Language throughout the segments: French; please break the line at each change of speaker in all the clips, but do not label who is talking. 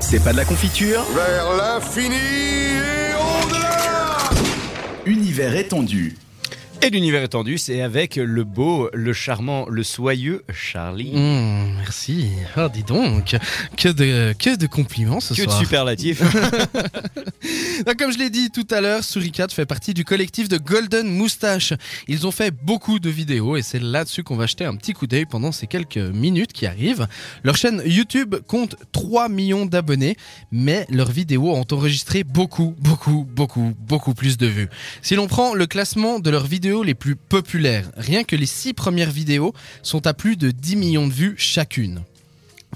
C'est pas de la confiture
Vers l'infini et au-delà
Univers étendu.
Et l'univers étendu, c'est avec le beau, le charmant, le soyeux Charlie.
Mmh, merci. Ah, dis donc, que de, que de compliments ce
Que de
soir.
superlatif.
Donc, comme je l'ai dit tout à l'heure, Suricat fait partie du collectif de Golden Moustache. Ils ont fait beaucoup de vidéos et c'est là-dessus qu'on va jeter un petit coup d'œil pendant ces quelques minutes qui arrivent. Leur chaîne YouTube compte 3 millions d'abonnés, mais leurs vidéos ont enregistré beaucoup, beaucoup, beaucoup, beaucoup plus de vues. Si l'on prend le classement de leurs vidéos les plus populaires, rien que les 6 premières vidéos sont à plus de 10 millions de vues chacune.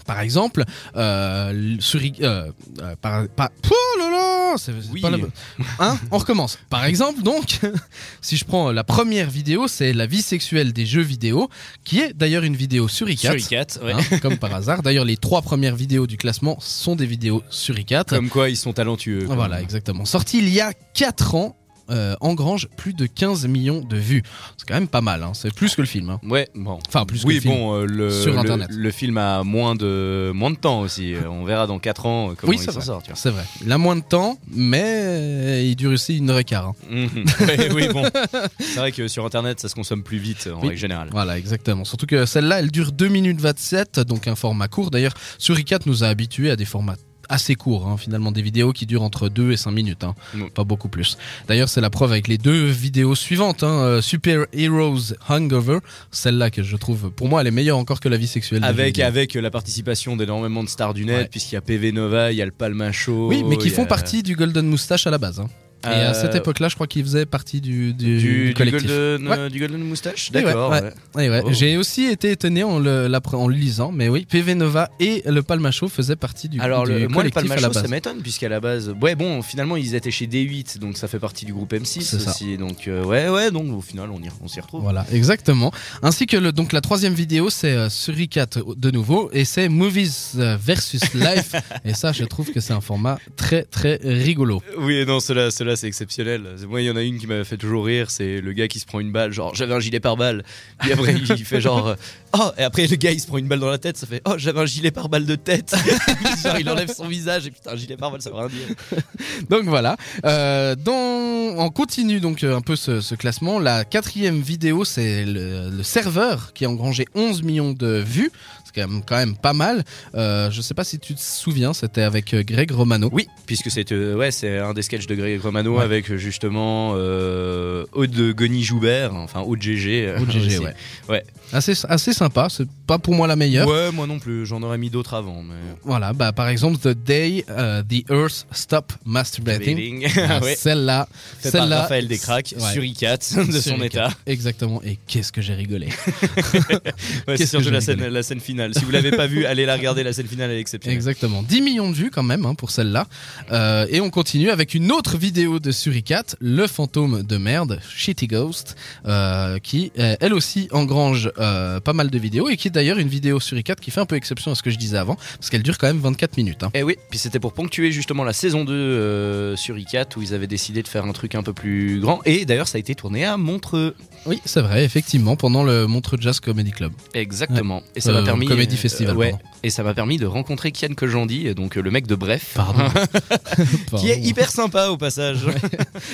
Par exemple, euh, Suri- euh, euh, par, par- oh là là, c'est- c'est
Oui.
pas la bonne- Hein On recommence. Par exemple, donc, si je prends la première vidéo, c'est la vie sexuelle des jeux vidéo, qui est d'ailleurs une vidéo sur ICAT,
Suricat, ouais.
hein, comme par hasard. D'ailleurs, les trois premières vidéos du classement sont des vidéos sur ICAT.
Comme quoi, ils sont talentueux.
Ah, Voilà, exactement. Sorti il y a 4 ans, euh, engrange plus de 15 millions de vues. C'est quand même pas mal, hein. c'est plus que le film. hein.
Ouais, bon.
Enfin, plus
oui,
que le film.
bon, euh, le,
Sur
le-
Internet.
le film a moins de, moins de temps aussi. Euh, On verra dans 4 ans euh, comment
Oui,
il
c'est
s'en
vrai.
sort. tu vois.
C'est vrai. Il a moins de temps, mais il dure aussi une heure et quart. hein.
Mhm. Ouais, oui, bon. C'est vrai que sur Internet, ça se consomme plus vite en
Oui.
règle générale.
Voilà, exactement. Surtout que celle-là, elle dure 2 minutes 27, donc un format court. D'ailleurs, Suricat nous a habitués à des formats assez courts, hein, finalement, des vidéos qui durent entre 2 et 5 minutes, hein.
Mm.
pas beaucoup plus. D'ailleurs, c'est la preuve avec les deux vidéos suivantes, hein, euh, Super Heroes Hangover, celle-là que je trouve, pour moi, elle est meilleure encore que la vie sexuelle. des
Avec,
jeux vidéo.
avec la participation d'énormément de stars du net,
Ouais.
puisqu'il y a PV Nova, il y a le Palma Show.
Oui, mais qui
il y
font
a-
partie du Golden Moustache à la base. hein. Et
Euh,
à cette époque-là, je crois qu'ils faisaient partie du, du-
Du,
du
du
collectif.
golden,
Ouais.
euh, du Golden Moustache
Oui, ouais,
D'accord.
ouais.
ouais.
Eh ouais,
Oh.
J'ai aussi été étonné en le, l'appre- en le lisant, mais oui, PV Nova et le Palmacho faisaient partie du,
Alors,
du
le, moi, le
collectif
Palma
à la
Show,
base.
ça m'étonne, puisqu'à la base. Ouais, bon, finalement, ils étaient chez D8, donc ça fait partie du groupe M6
C'est ça.
aussi. Donc, euh, ouais, ouais, donc au final, on, y- on s'y retrouve.
Voilà, exactement. Ainsi que le, donc la troisième vidéo, c'est euh, Suricat de nouveau, et c'est Movies euh, versus Life. et ça, je trouve que c'est un format très très rigolo.
Oui, non, cela, cela c'est exceptionnel. Moi, il y en a une qui m'avait fait toujours rire, c'est le gars qui se prend une balle, genre j'avais un gilet par balle. Puis après, il fait genre euh, oh, et après le gars il se prend une balle dans la tête, ça fait oh j'avais un gilet par balle de tête. genre il enlève son visage et putain un gilet par balle ça veut rien dire.
Donc voilà. Euh, dans, on continue donc euh, un peu ce, ce classement. La quatrième vidéo, c'est le, le serveur qui a engrangé 11 millions de vues. C'est quand même, quand même pas mal. Euh, je sais pas si tu te souviens, c'était avec euh, Greg Romano.
Oui, puisque c'est euh, ouais c'est un des sketchs de Greg Romano
Ouais.
avec euh, justement euh, Aude Goni Joubert, enfin Aude GG. euh,
Ou
aussi.
GG, ouais.
Ouais.
Assez, assez sympa. C'est pas pour moi la meilleure.
Ouais, moi non plus, j'en aurais mis d'autres avant. Mais...
Voilà, bah, par exemple, The Day euh, the Earth Stop Masturbating.
Dating.
Ah,
ouais.
Celle-là,
Fait par
celle-là.
Raphaël Descraques,
Ouais.
sur I4 de son
Sur-
état.
Exactement. Et qu'est-ce que j'ai rigolé.
Ouais, c'est
Qu'est-ce que
surtout
j'ai
la scène,
rigolé.
la scène finale. Si vous l'avez pas vue, allez la regarder, la scène finale elle est exceptionnelle.
Exactement. 10 millions de vues quand même hein, pour celle-là. Euh, et on continue avec une autre vidéo de Suricat, le fantôme de merde, Shitty Ghost, euh, qui euh, elle aussi engrange euh, pas mal de vidéos et qui est d'ailleurs une vidéo Suricat qui fait un peu exception à ce que je disais avant, parce qu'elle dure quand même 24 minutes. hein.
Et Eh oui, puis c'était pour ponctuer justement la saison 2 euh, sur I4 où ils avaient décidé de faire un truc un peu plus grand. Et d'ailleurs, ça a été tourné à Montreux.
Oui, c'est vrai, effectivement, pendant le Montreux Jazz Comedy Club.
Exactement. Et ça
Euh,
m'a permis.
Comedy
euh,
Festival,
ouais.
pardon.
Et ça m'a permis de rencontrer Kian Kojandi, donc euh, le mec de Bref.
Pardon.
Qui est
Pardon.
hyper sympa au passage.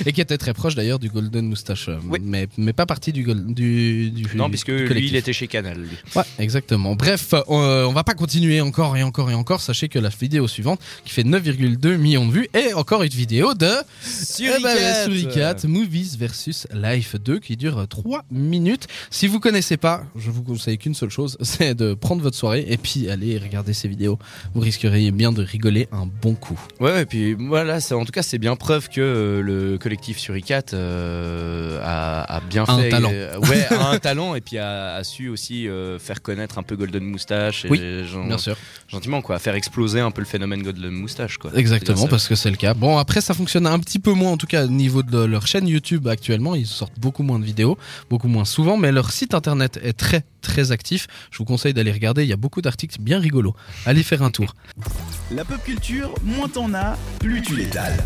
Et qui était très proche d'ailleurs du Golden Moustache, euh,
Oui.
mais, mais pas partie du, gol- du, du
Non,
du
puisque lui,
collectif.
il était chez Canal. lui.
Ouais, exactement. Bref, euh, on va pas continuer encore et encore et encore. Sachez que la vidéo suivante, qui fait 9,2 millions de vues, est encore une vidéo de eh ben,
I4.
Suricat, Movies versus Life 2, qui dure 3 minutes. Si vous connaissez pas, je vous conseille qu'une seule chose, c'est de prendre votre soirée et puis aller regarder ces vidéos. Vous risqueriez bien de rigoler un bon coup.
Ouais, et puis voilà, ça, en tout cas, c'est bien preuve que euh, le collectif Suricat euh, a, a bien
Un
fait.
talent.
euh, ouais, a un talent, et puis a, a su aussi euh, faire connaître un peu Golden Moustache. et
Oui,
gen-
Bien sûr.
Gentiment, quoi. Faire exploser un peu le phénomène Golden Moustache, quoi.
Exactement,
C'est bien
parce que c'est le cas. Bon, après, ça fonctionne un petit peu moins, en tout cas, au niveau de leur chaîne YouTube actuellement. Ils sortent beaucoup moins de vidéos, beaucoup moins souvent, mais leur site internet est très, très actif. Je vous conseille d'aller regarder, il y a beaucoup d'articles bien rigolos. Allez faire un tour.
La pop culture, moins t'en as, plus tu l'étales.